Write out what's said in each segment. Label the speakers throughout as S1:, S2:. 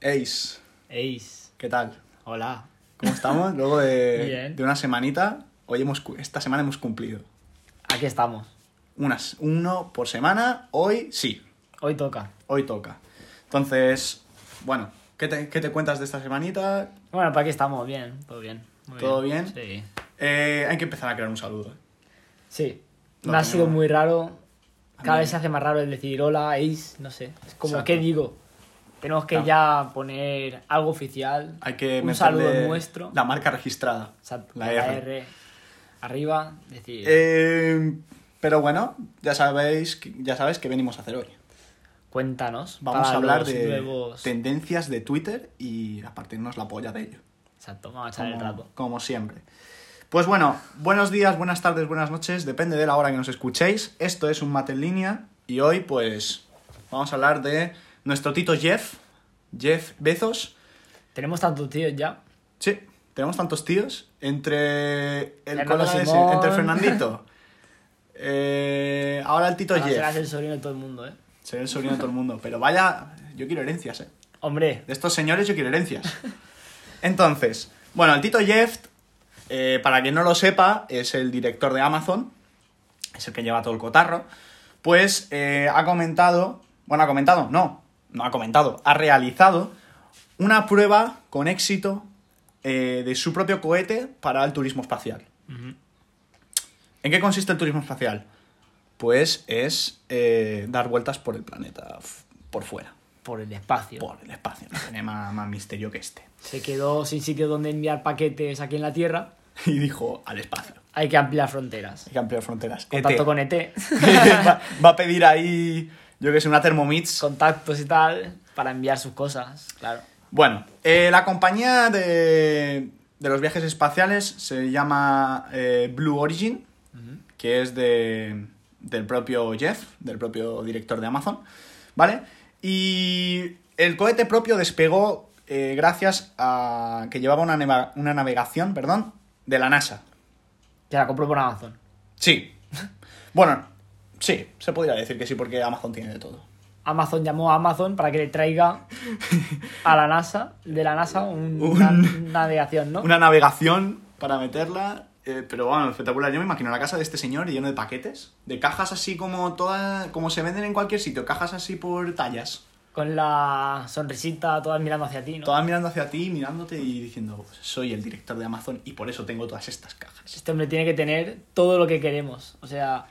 S1: Ace,
S2: Ace,
S1: ¿qué tal?
S2: hola.
S1: ¿Cómo estamos? Luego de,
S2: Bien.
S1: de una semanita, hoy hemos, cu- esta semana hemos cumplido.
S2: Aquí estamos.
S1: Unas, uno por semana, hoy sí,
S2: Hoy toca.
S1: hoy toca. Entonces, bueno, ¿qué te, qué te cuentas de esta semanita?
S2: Bueno, pues aquí estamos, bien, todo bien. muy
S1: ¿Todo bien?
S2: Sí.
S1: Eh, hay que empezar a crear un saludo. ¿eh?
S2: Sí.
S1: No
S2: Me ha
S1: tengo
S2: sido
S1: nada.
S2: muy raro. Cada
S1: mí-
S2: vez se hace más raro el decir hola, Ace, no sé. Es como,
S1: Exacto.
S2: ¿qué digo? Tenemos que
S1: Claro.
S2: ya poner algo oficial.
S1: Hay que
S2: Un
S1: meterle
S2: saludo nuestro.
S1: La marca registrada.
S2: Exacto,
S1: la R.
S2: Arriba, decir.
S1: Eh, pero bueno, ya sabéis, que- ya sabéis qué venimos a hacer hoy.
S2: cuéntanos.
S1: Vamos
S2: para
S1: a hablar
S2: los
S1: de
S2: nuevos-
S1: tendencias de Twitter y a partirnos la polla de ello.
S2: Exacto, vamos a echar el
S1: Como,
S2: rato.
S1: como siempre. Pues bueno, buenos días, buenas tardes, buenas noches, depende de la hora que nos escuchéis. Esto es un mate en línea y hoy pues vamos a hablar de nuestro tito Jeff, Jeff Bezos.
S2: Tenemos tantos tíos ya.
S1: Sí, tenemos tantos tíos entre el
S2: Fernando
S1: colega ese,
S2: Simón.
S1: entre Fernandito. eh, ahora el tito
S2: Ahora serás
S1: Jeff.
S2: el sobrino de todo el mundo, ¿eh?
S1: Seré el sobrino de todo el mundo, pero vaya, yo quiero herencias, eh.
S2: Hombre,
S1: De estos señores yo quiero herencias. Entonces, bueno, el Tito Jeff, eh, para quien no lo sepa, es el director de Amazon, es el que lleva todo el cotarro, pues eh, ha comentado, bueno, ha comentado, no, no ha comentado, ha realizado una prueba con éxito eh, de su propio cohete para el turismo espacial. ¿En qué consiste el turismo espacial? Pues es eh, dar vueltas por el planeta, f- por fuera
S2: por el espacio.
S1: por el espacio. No tiene más, más misterio que este.
S2: Se quedó sin sitio donde enviar paquetes aquí en la Tierra.
S1: Y dijo al espacio.
S2: Hay que ampliar fronteras.
S1: Hay que ampliar fronteras.
S2: Contacto
S1: ET.
S2: con E ET,
S1: va, va a pedir ahí, yo que sé, una Thermomix.
S2: contactos y tal, para enviar sus cosas, claro.
S1: Bueno, eh, la compañía de, de los viajes espaciales se llama eh, Blue Origin, que es de, del propio Jeff, del propio director de Amazon, ¿vale? Y el cohete propio despegó eh, gracias a que llevaba una, neva- una navegación, perdón, de la NASA,
S2: Que la compro por Amazon.
S1: Sí. Bueno, sí, se podría decir que sí, porque Amazon tiene de todo.
S2: Amazon llamó a Amazon para que le traiga a la NASA, de la NASA, un- una
S1: Un-
S2: navegación, ¿no?
S1: Una navegación para meterla, eh, pero bueno, espectacular. Yo me imagino la casa de este señor lleno de paquetes, de cajas así como todas, como se venden en cualquier sitio, cajas así por tallas.
S2: Con la sonrisita, todas mirando hacia ti, ¿no?
S1: Todas mirando hacia ti, mirándote y diciendo, "Pues soy el director de Amazon y por eso tengo todas estas cajas.
S2: Este hombre tiene que tener todo lo que queremos. O sea,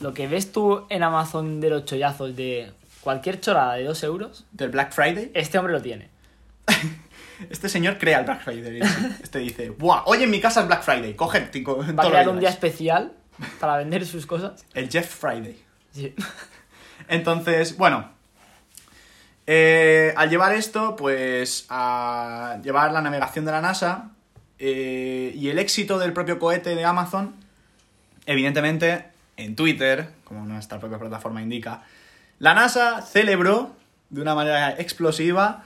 S2: lo que ves tú en Amazon de los chollazos de cualquier chorada de 2 euros,
S1: Del Black Friday,
S2: este hombre lo tiene.
S1: este señor crea el Black Friday. Este dice, ¡buah! Hoy en mi casa es Black Friday, coger, tico.
S2: Va a
S1: todo lo
S2: crear
S1: que
S2: un día
S1: queráis".
S2: especial para vender sus cosas.
S1: El Jeff Friday.
S2: Sí.
S1: Entonces, bueno. eh, al llevar esto, pues a llevar la navegación de la NASA eh, y el éxito del propio cohete de Amazon, evidentemente en Twitter, como nuestra propia plataforma indica, la NASA celebró de una manera explosiva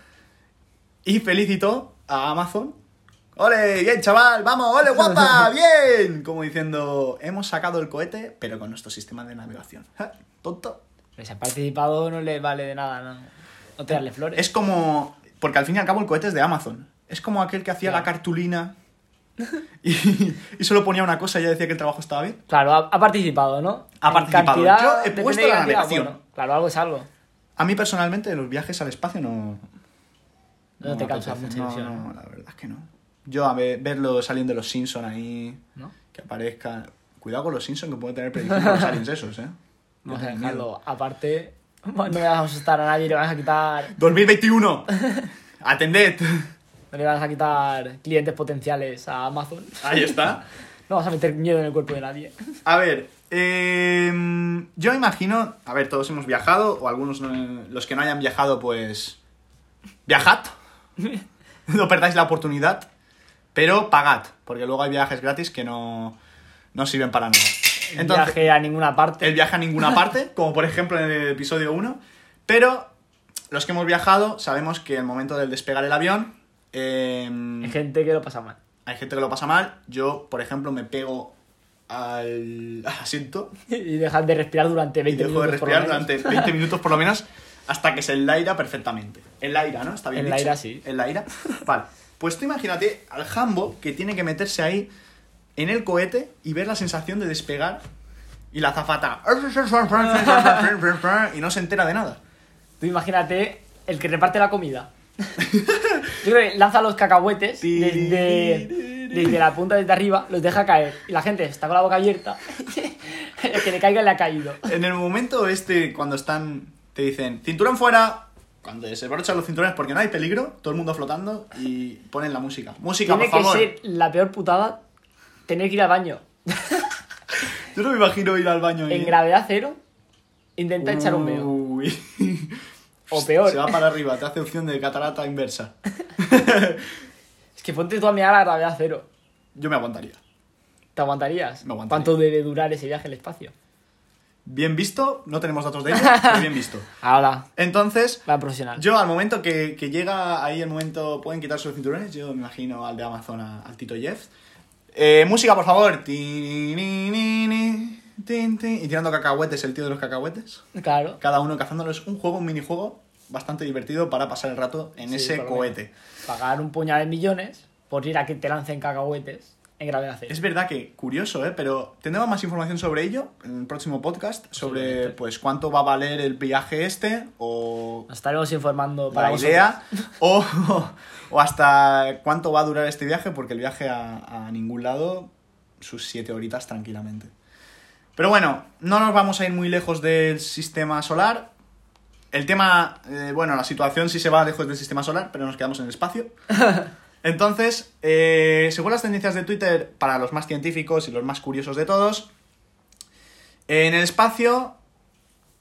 S1: y felicitó a Amazon. ¡Ole! ¡Bien, chaval! ¡Vamos! ¡Ole, guapa! ¡Bien! Como diciendo, hemos sacado el cohete, pero con nuestro sistema de navegación. Ja, ¿Tonto?
S2: Pero si Pues ha participado no le vale de nada, ¿no? No te darle flores.
S1: Es como. Porque al fin y al cabo el cohete es de Amazon. Es como aquel que hacía la
S2: Claro.
S1: cartulina y, y solo ponía una cosa y ya decía que el trabajo estaba bien.
S2: Claro, ha, ha participado, ¿no?
S1: Ha
S2: En
S1: participado.
S2: cantidad,
S1: Yo he
S2: depende de
S1: puesto la
S2: cantidad,
S1: navegación.
S2: claro, algo es algo.
S1: A mí personalmente los viajes al espacio no.
S2: No te
S1: me
S2: causa
S1: apetecen.
S2: mucha
S1: No,
S2: ilusión.
S1: no, la verdad es que no. Yo a ver, verlo saliendo de los Simpsons ahí,
S2: ¿No?
S1: que aparezca. Cuidado con los Simpsons que pueden tener predicciones los aliens esos, ¿eh?
S2: Vamos a
S1: Tengo miedo.
S2: dejarlo. Aparte, no le vas a asustar a nadie, le vas a quitar,
S1: 2021. Atended.
S2: no le vas a quitar clientes potenciales a Amazon.
S1: Ahí está.
S2: No vas a meter miedo en el cuerpo de nadie.
S1: A ver, em, yo imagino, a ver, todos hemos viajado, o algunos, no- los que no hayan viajado, pues viajad, no perdáis la oportunidad, pero pagad, porque luego hay viajes gratis que no, no sirven para nada. Entonces,
S2: viaje a ninguna parte.
S1: el viaje a ninguna parte, como por ejemplo en el episodio 1, pero los que hemos viajado sabemos que el momento del despegar el avión... em,
S2: Hay gente que lo pasa mal.
S1: hay gente que lo pasa mal. Yo, por ejemplo, me pego al, al asiento
S2: Y dejan de respirar durante
S1: y
S2: 20
S1: dejo de
S2: minutos por
S1: respirar
S2: lo menos.
S1: durante 20 minutos por lo menos. hasta que se enlaira perfectamente. Enlaira, ¿no? Está bien
S2: Enlaira,
S1: dicho.
S2: sí.
S1: Enlaira. Vale. Pues tú imagínate al Hambo que tiene que meterse ahí en el cohete y ver la sensación de despegar y la zafata. Y no se entera de nada.
S2: Tú imagínate el que reparte la comida. Yo creo que lanza los cacahuetes desde, desde la punta desde arriba, los deja caer. Y la gente está con la boca abierta. El que le caiga le ha caído.
S1: En el momento este, cuando están, te dicen, cinturón fuera, cuando desbrochan los cinturones porque no hay peligro, todo el mundo flotando y ponen la música. Música,
S2: Tiene
S1: por
S2: que
S1: favor.
S2: ser la peor putada tener que ir al baño.
S1: Yo no me imagino ir al baño y...
S2: En gravedad cero, intenta echar un meo.
S1: Uy.
S2: O peor.
S1: Uh, Se va para arriba, te hace opción de catarata inversa.
S2: Es que ponte tú a mear a gravedad cero.
S1: Yo me aguantaría.
S2: ¿Te aguantarías?
S1: Me aguantaría.
S2: ¿Cuánto debe durar ese viaje al espacio?
S1: Bien visto, no tenemos datos de ello, pero bien visto.
S2: Ahora,
S1: Entonces,
S2: la profesional.
S1: yo al momento que, que llega ahí el momento, pueden quitarse los cinturones, yo me imagino al de Amazon, a- al Tito Jeff. Eh, música, por favor. Ti, ni, ni, ni, tin, tin. Y tirando cacahuetes, el tío de los cacahuetes.
S2: Claro.
S1: Cada uno cazándolos un juego, un minijuego bastante divertido para pasar el rato en
S2: Sí,
S1: ese
S2: por lo menos.
S1: cohete.
S2: Pagar un puñado de millones por ir a que te lancen cacahuetes en gravedad cero.
S1: Es verdad que curioso, ¿eh? Pero tendremos más información sobre ello en el próximo podcast, sobre
S2: Posiblemente.
S1: pues cuánto va a valer el viaje este o
S2: Nos estaremos informando para
S1: la
S2: vosotros.
S1: idea o, o hasta cuánto va a durar este viaje, porque el viaje a, a ningún lado, sus siete horitas tranquilamente. Pero bueno, no nos vamos a ir muy lejos del sistema solar. El tema, eh, bueno, la situación sí se va lejos del sistema solar, pero nos quedamos en el espacio. Entonces, eh, según las tendencias de Twitter, para los más científicos y los más curiosos de todos, en el espacio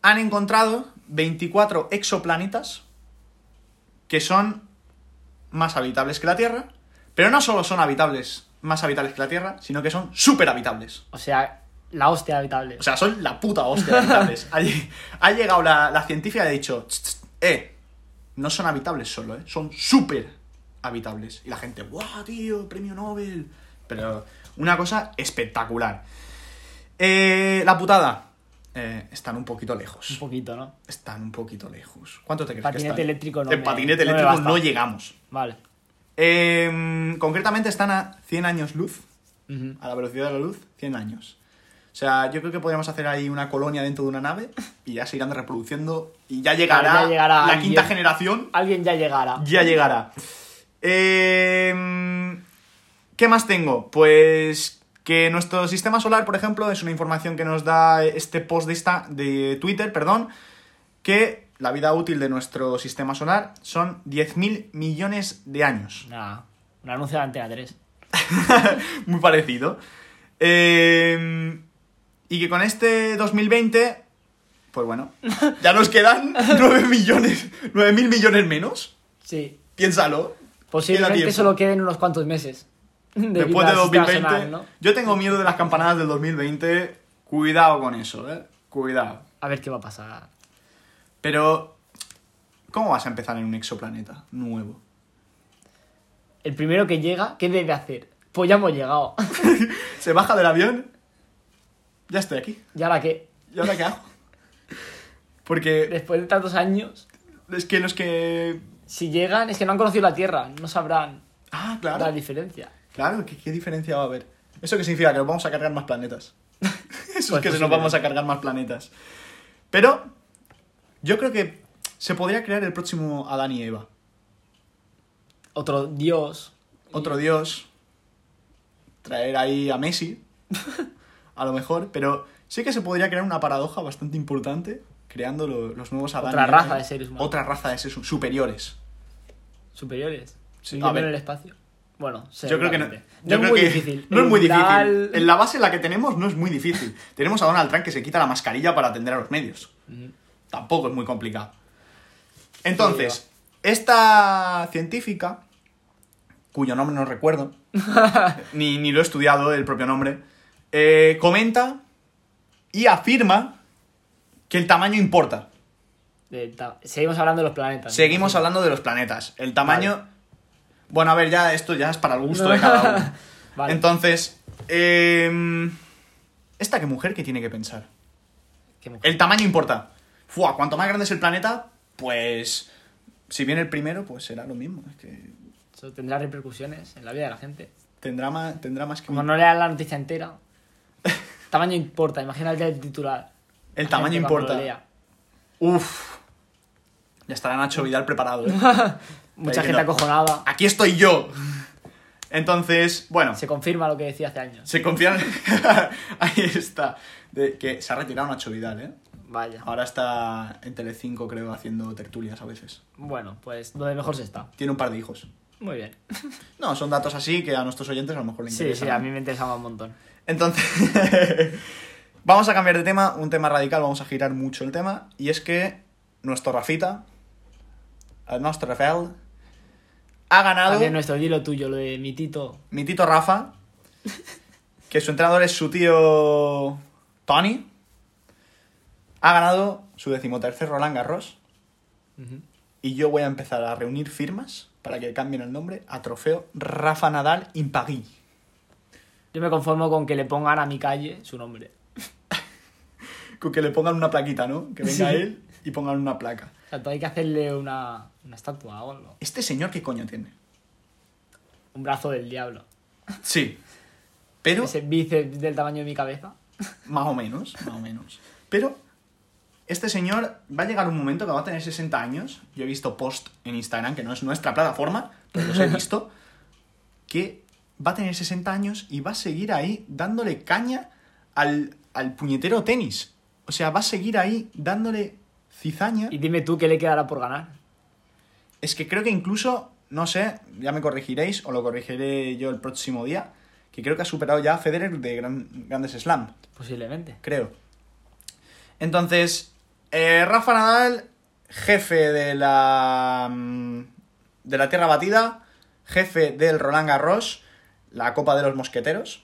S1: han encontrado 24 exoplanetas que son más habitables que la Tierra, pero no solo son habitables, más habitables que la Tierra, sino que son súper habitables.
S2: O sea, la hostia habitable.
S1: O sea, son la puta hostia de habitables. ha, lle- ha llegado la, la científica y ha dicho, "Tss, tss, eh, no son habitables solo, eh, son súper habitables. Y la gente, guau, tío, premio Nobel. Pero una cosa espectacular. Eh, la putada. eh, están un poquito
S2: un
S1: lejos.
S2: poquito, ¿no?
S1: Están un poquito lejos. ¿Cuánto te crees que
S2: Patinete
S1: están?
S2: eléctrico no
S1: En
S2: me-
S1: patinete
S2: no me
S1: eléctrico
S2: basta.
S1: no llegamos.
S2: Vale.
S1: Eh, concretamente están a 100 años luz,
S2: Ujú.
S1: a la velocidad de la luz, 100 años. O sea, yo creo que podríamos hacer ahí una colonia dentro de una nave y ya se irán reproduciendo y ya llegará,
S2: Ya llegará
S1: la
S2: alguien.
S1: quinta generación,
S2: Alguien ya llegará.
S1: ya llegará. Eh, ¿Qué más tengo? Pues que nuestro sistema solar, por ejemplo, es una información que nos da este post de, Insta- de Twitter, perdón, que la vida útil de nuestro sistema solar son 10.000 millones de años.
S2: Nada. Un anuncio de Antena 3.
S1: muy parecido. Eh, y que con este 2020, pues bueno, ya nos quedan 9 millones, 9 mil millones menos.
S2: Sí.
S1: Piénsalo. Queda
S2: Posiblemente
S1: tiempo.
S2: solo queden unos cuantos meses. de
S1: Después de
S2: vida sistema
S1: 2020,
S2: solar, ¿no?
S1: yo tengo miedo de las campanadas del 2020. Cuidado con eso, ¿eh? Cuidado.
S2: A ver qué va a pasar.
S1: Pero, ¿cómo vas a empezar en un exoplaneta nuevo?
S2: El primero que llega, ¿qué debe hacer? Pues ya hemos llegado.
S1: Se baja del avión. Ya estoy aquí.
S2: ¿Y ahora qué?
S1: ¿Y ahora qué hago? Porque
S2: Después de tantos años,
S1: es que los que.
S2: si llegan, es que no han conocido la Tierra. No sabrán
S1: Ah, claro.
S2: la diferencia.
S1: Claro, ¿qué, qué diferencia va a haber? ¿Eso qué significa? Que nos vamos a cargar más planetas. Eso es
S2: Pues
S1: que nos vamos a cargar más planetas. Pero yo creo que se podría crear el próximo Adán y Eva.
S2: Otro dios.
S1: Otro dios. Traer ahí a Messi. A lo mejor. Pero sí que se podría crear una paradoja bastante importante creando lo- los nuevos Adán
S2: Otra
S1: y Eva.
S2: raza de seres humanos.
S1: Otra raza de seres hu- superiores.
S2: superiores.
S1: Sí,
S2: Viviendo
S1: a ver.
S2: en el espacio. Bueno,
S1: Yo creo que no,
S2: seguramente.
S1: yo
S2: No
S1: creo
S2: es muy
S1: que
S2: difícil.
S1: No es
S2: El
S1: muy difícil.
S2: umbral-
S1: En la base en la que tenemos no es muy difícil. tenemos a Donald Trump que se quita la mascarilla para atender a los medios.
S2: Ujú.
S1: Tampoco es muy complicado. Entonces, esta científica, cuyo nombre no recuerdo, ni, ni lo he estudiado el propio nombre, eh, comenta y afirma que el tamaño importa.
S2: de ta- Seguimos hablando de los planetas.
S1: Seguimos
S2: Sí.
S1: hablando de los planetas. El tamaño... Bueno, a ver, ya esto ya es para el gusto de cada uno.
S2: Vale.
S1: Entonces, em, ¿esta qué mujer que tiene que pensar?
S2: Qué mujer.
S1: El tamaño importa. Fua, cuanto más grande es el planeta, pues si viene el primero, pues será lo mismo. Es que
S2: Eso tendrá repercusiones en la vida de la gente.
S1: tendrá más, tendrá más que...
S2: Como
S1: mi-
S2: no leas la noticia entera. Tamaño importa, imagínate el titular.
S1: El
S2: La
S1: tamaño
S2: gente cuando
S1: importa.
S2: lo lea.
S1: Uf. Ya estará Nacho Vidal preparado. ¿eh?
S2: Mucha gente
S1: diciendo-
S2: acojonada.
S1: Aquí estoy yo. Entonces, bueno,
S2: Se confirma lo que decía hace años.
S1: se confían. Ahí está. De que se ha retirado Nacho Vidal, ¿eh?
S2: Vaya.
S1: Ahora está en Telecinco, creo, haciendo tertulias a veces.
S2: Bueno, pues donde mejor se está.
S1: Tiene un par de hijos.
S2: Muy bien.
S1: No, son datos así que a nuestros oyentes a lo mejor les
S2: Sí,
S1: interesa.
S2: sí, a mí me interesaba un montón.
S1: Entonces, vamos a cambiar de tema, un tema radical, vamos a girar mucho el tema. Y es que nuestro Rafita, el nuestro Rafael, ha ganado
S2: También nuestro hilo tuyo, lo de mi tito.
S1: mi tito Rafa, que su entrenador es su tío Tony. Ha ganado su decimotercer Roland Garros.
S2: Ujú.
S1: Y yo voy a empezar a reunir firmas para que cambien el nombre a Trofeo Rafa Nadal Impagui.
S2: Yo me conformo con que le pongan a mi calle su nombre.
S1: Con que le pongan una plaquita, ¿no? Que venga
S2: Sí.
S1: él y pongan una placa.
S2: O sea, hay que hacerle una, una estatua o algo.
S1: ¿Este señor qué coño tiene?
S2: Un brazo del diablo.
S1: Sí. Pero,
S2: Ese bíceps del tamaño de mi cabeza.
S1: más o menos, más o menos. Pero, este señor va a llegar un momento que va a tener 60 años. Yo he visto post en Instagram, que no es nuestra plataforma, pero los he visto. Que va a tener 60 años y va a seguir ahí dándole caña al, al puñetero tenis. O sea, va a seguir ahí dándole cizaña.
S2: Y dime tú qué le quedará por ganar.
S1: Es que creo que incluso, no sé, ya me corregiréis o lo corregiré yo el próximo día, que creo que ha superado ya a Federer de gran- grandes slam,
S2: Posiblemente.
S1: creo. Entonces, eh, Rafa Nadal, jefe de la mm, de la Tierra Batida, jefe del Roland Garros, la Copa de los Mosqueteros,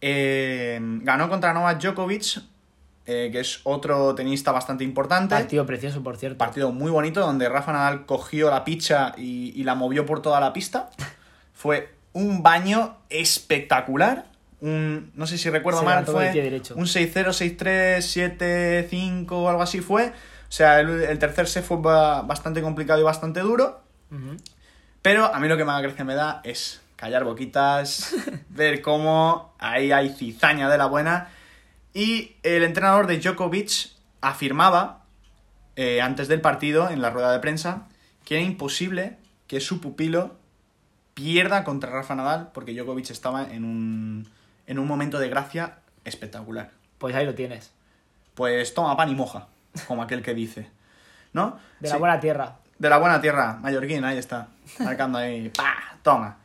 S1: eh, ganó contra Novak Djokovic, eh, que es otro tenista bastante importante.
S2: Partido precioso, por cierto.
S1: Partido muy bonito donde Rafa Nadal cogió la picha y, y la movió por toda la pista. Fue un baño espectacular. Un, no sé si recuerdo
S2: Se
S1: mal,
S2: levantó con el
S1: fue
S2: pie derecho.
S1: un 6-0, 6-3, 7-5 o algo así fue. O sea, el, el tercer set fue ba- bastante complicado y bastante duro.
S2: Ujú.
S1: Pero a mí lo que más gracia me da es callar boquitas, ver cómo ahí hay cizaña de la buena. Y el entrenador de Djokovic afirmaba, eh, antes del partido, en la rueda de prensa, que era imposible que su pupilo pierda contra Rafa Nadal, porque Djokovic estaba en un, en un momento de gracia espectacular
S2: Pues ahí lo tienes.
S1: pues toma pan y moja, como aquel que dice. ¿No?
S2: De la
S1: Sí.
S2: buena tierra.
S1: De la buena tierra, mallorquín, ahí está. Marcando ahí, pa, toma.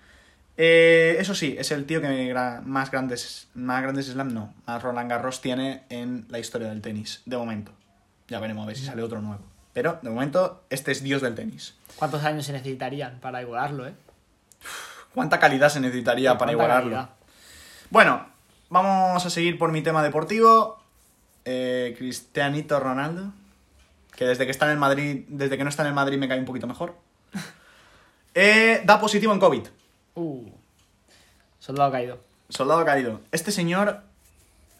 S1: Eh, eso sí, es el tío que gra- más grandes, más grandes slam, no, más Roland Garros tiene en la historia del tenis, de momento. Ya veremos a ver si sale otro nuevo. Pero, de momento, este es dios del tenis.
S2: ¿Cuántos años se necesitarían para igualarlo, eh?
S1: ¿Cuánta calidad se necesitaría para
S2: ¿Cuánta
S1: igualarlo?
S2: calidad?
S1: Bueno, vamos a seguir por mi tema deportivo. Eh, Cristianito Ronaldo. Que desde que está en el Madrid. Desde que no está en el Madrid me cae un poquito mejor. Eh, da positivo en COVID.
S2: Uh. Soldado caído.
S1: Soldado caído. Este señor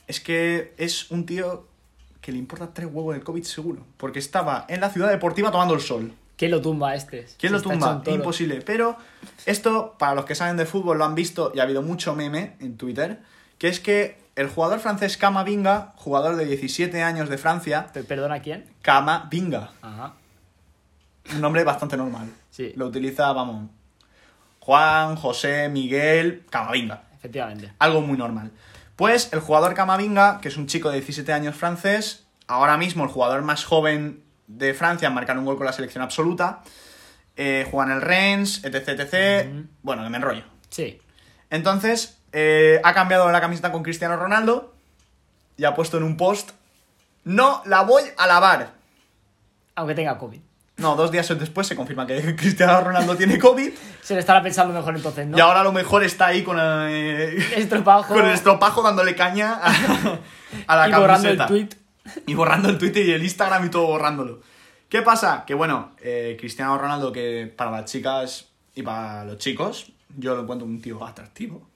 S1: es que es un tío que le importa tres huevos el COVID seguro. Porque estaba en la ciudad deportiva tomando el sol.
S2: ¿Quién lo tumba a este?
S1: ¿Quién
S2: Se
S1: lo
S2: está hecho
S1: tumba?
S2: un toro.
S1: Imposible. Pero esto, para los que saben de fútbol, lo han visto y ha habido mucho meme en Twitter, que es que el jugador francés Camavinga, jugador de 17 años de Francia,
S2: Pe- ¿Perdona quién?
S1: Camavinga,
S2: Ajá.
S1: un nombre bastante normal.
S2: Sí.
S1: Lo utiliza, vamos, Juan, José, Miguel, Camavinga.
S2: Efectivamente.
S1: Algo muy normal. Pues el jugador Camavinga, que es un chico de 17 años francés, ahora mismo el jugador más joven de Francia en marcar un gol con la selección absoluta, eh, juega en el Rennes, etc, etc.
S2: Ujú.
S1: Bueno, que me enrollo.
S2: Sí.
S1: Entonces, eh, ha cambiado la camiseta con Cristiano Ronaldo y ha puesto en un post, no la voy a lavar.
S2: Aunque tenga COVID.
S1: No, dos días después se confirma que Cristiano Ronaldo tiene COVID
S2: Se le estará pensando mejor entonces, ¿no?
S1: y ahora a lo mejor está ahí con, eh,
S2: Estropajo.
S1: con el estropajo dándole caña a, a la
S2: y
S1: camiseta.
S2: borrando el tweet.
S1: Y borrando el Twitter y el Instagram y todo borrándolo. ¿Qué pasa? Que bueno, eh, Cristiano Ronaldo, que para las chicas y para los chicos, yo lo encuentro un tío atractivo,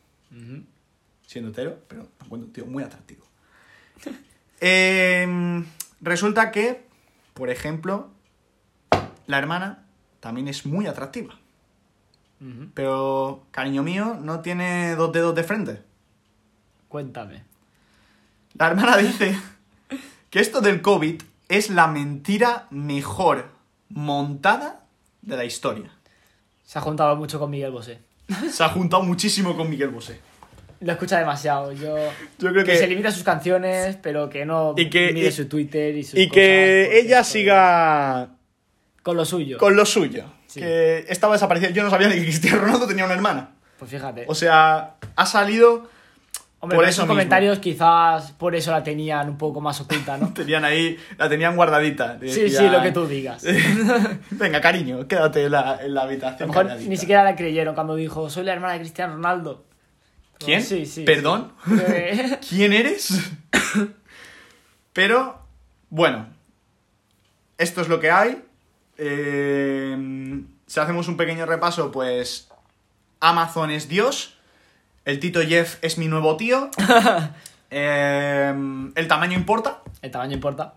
S1: siendo hetero, pero lo encuentro un tío muy atractivo. Em, Eh, resulta que, por ejemplo, La hermana también es muy atractiva.
S2: Ujú.
S1: Pero, cariño mío, no tiene dos dedos de frente.
S2: Cuéntame.
S1: La hermana dice que esto del COVID es la mentira mejor montada de la historia.
S2: Se ha juntado mucho con Miguel Bosé.
S1: Se ha juntado muchísimo con Miguel Bosé.
S2: Lo escucha demasiado. Yo,
S1: Yo creo que-
S2: se limita a sus canciones, pero que no
S1: Y que-
S2: mide
S1: y-
S2: su Twitter y sus
S1: Y
S2: cosas, porque
S1: que ella
S2: eso-
S1: siga
S2: Con lo suyo.
S1: con lo suyo.
S2: Sí.
S1: Que estaba desaparecida. Yo no sabía ni que Cristiano Ronaldo tenía una hermana.
S2: Pues fíjate.
S1: O sea, ha salido.
S2: Hombre,
S1: por
S2: por
S1: eso
S2: esos
S1: mismo.
S2: comentarios quizás por eso la tenían un poco más oculta, ¿no?
S1: Tenían ahí. La tenían guardadita.
S2: sí, sí, lo
S1: eh,
S2: que tú digas. A
S1: Venga, cariño, quédate en la, en la
S2: lo
S1: habitación.
S2: mejor
S1: calladita.
S2: ni siquiera la creyeron cuando dijo, soy la hermana de Cristiano Ronaldo.
S1: ¿Quién?
S2: Sí, sí.
S1: ¿Perdón?
S2: sí. Eh,
S1: ¿Quién eres? Pero, bueno, esto es lo que hay. Eh, si hacemos un pequeño repaso, pues Amazon es Dios, el Tito Jeff es mi nuevo tío, eh, el tamaño importa
S2: El tamaño importa.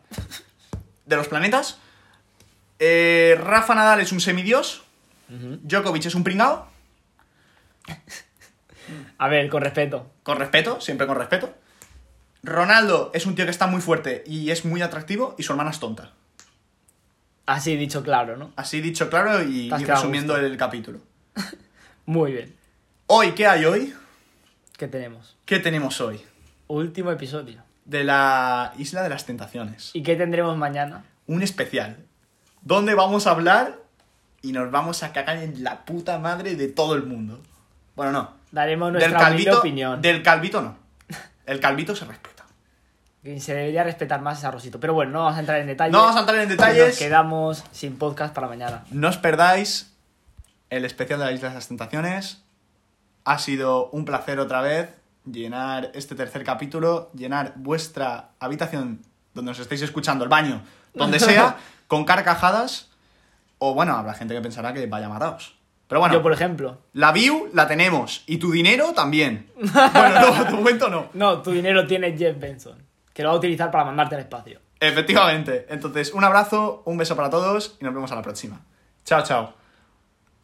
S1: de los planetas, eh, Rafa Nadal es un semidios, Djokovic es un pringao,
S2: A ver, con respeto.
S1: con respeto, siempre con respeto. Ronaldo es un tío que está muy fuerte y es muy atractivo y su hermana es tonta.
S2: Así dicho claro, ¿no?
S1: Así dicho claro y,
S2: Te has
S1: y
S2: quedado
S1: resumiendo
S2: a gusto.
S1: el capítulo.
S2: Muy bien.
S1: Hoy, ¿qué hay hoy?
S2: ¿Qué tenemos?
S1: ¿Qué tenemos hoy?
S2: Último episodio.
S1: De la Isla de las Tentaciones.
S2: ¿Y qué tendremos mañana?
S1: Un especial. Donde vamos a hablar y nos vamos a cagar en la puta madre de todo el mundo. Bueno, no.
S2: Daremos
S1: Del
S2: nuestra humilde
S1: calvito,
S2: opinión.
S1: del calvito no. El calvito se respeta.
S2: Que se debería respetar más a Rosito. Pero bueno, no vamos a entrar en detalles.
S1: No vamos a entrar en
S2: Nos
S1: detalles.
S2: quedamos sin podcast para mañana.
S1: No os perdáis el especial de la Isla de las Tentaciones. Ha sido un placer otra vez llenar este tercer capítulo, llenar vuestra habitación donde os estáis escuchando, el baño, donde sea, con carcajadas. O bueno, habrá gente que pensará que vaya matados. Pero bueno,
S2: Yo, por ejemplo.
S1: la view la tenemos y tu dinero también. Bueno, no, tu momento no.
S2: No, tu dinero tiene Jeff Benson. Que lo va a utilizar para mandarte al espacio.
S1: Efectivamente. Entonces, un abrazo, un beso para todos y nos vemos a la próxima. Chao, chao.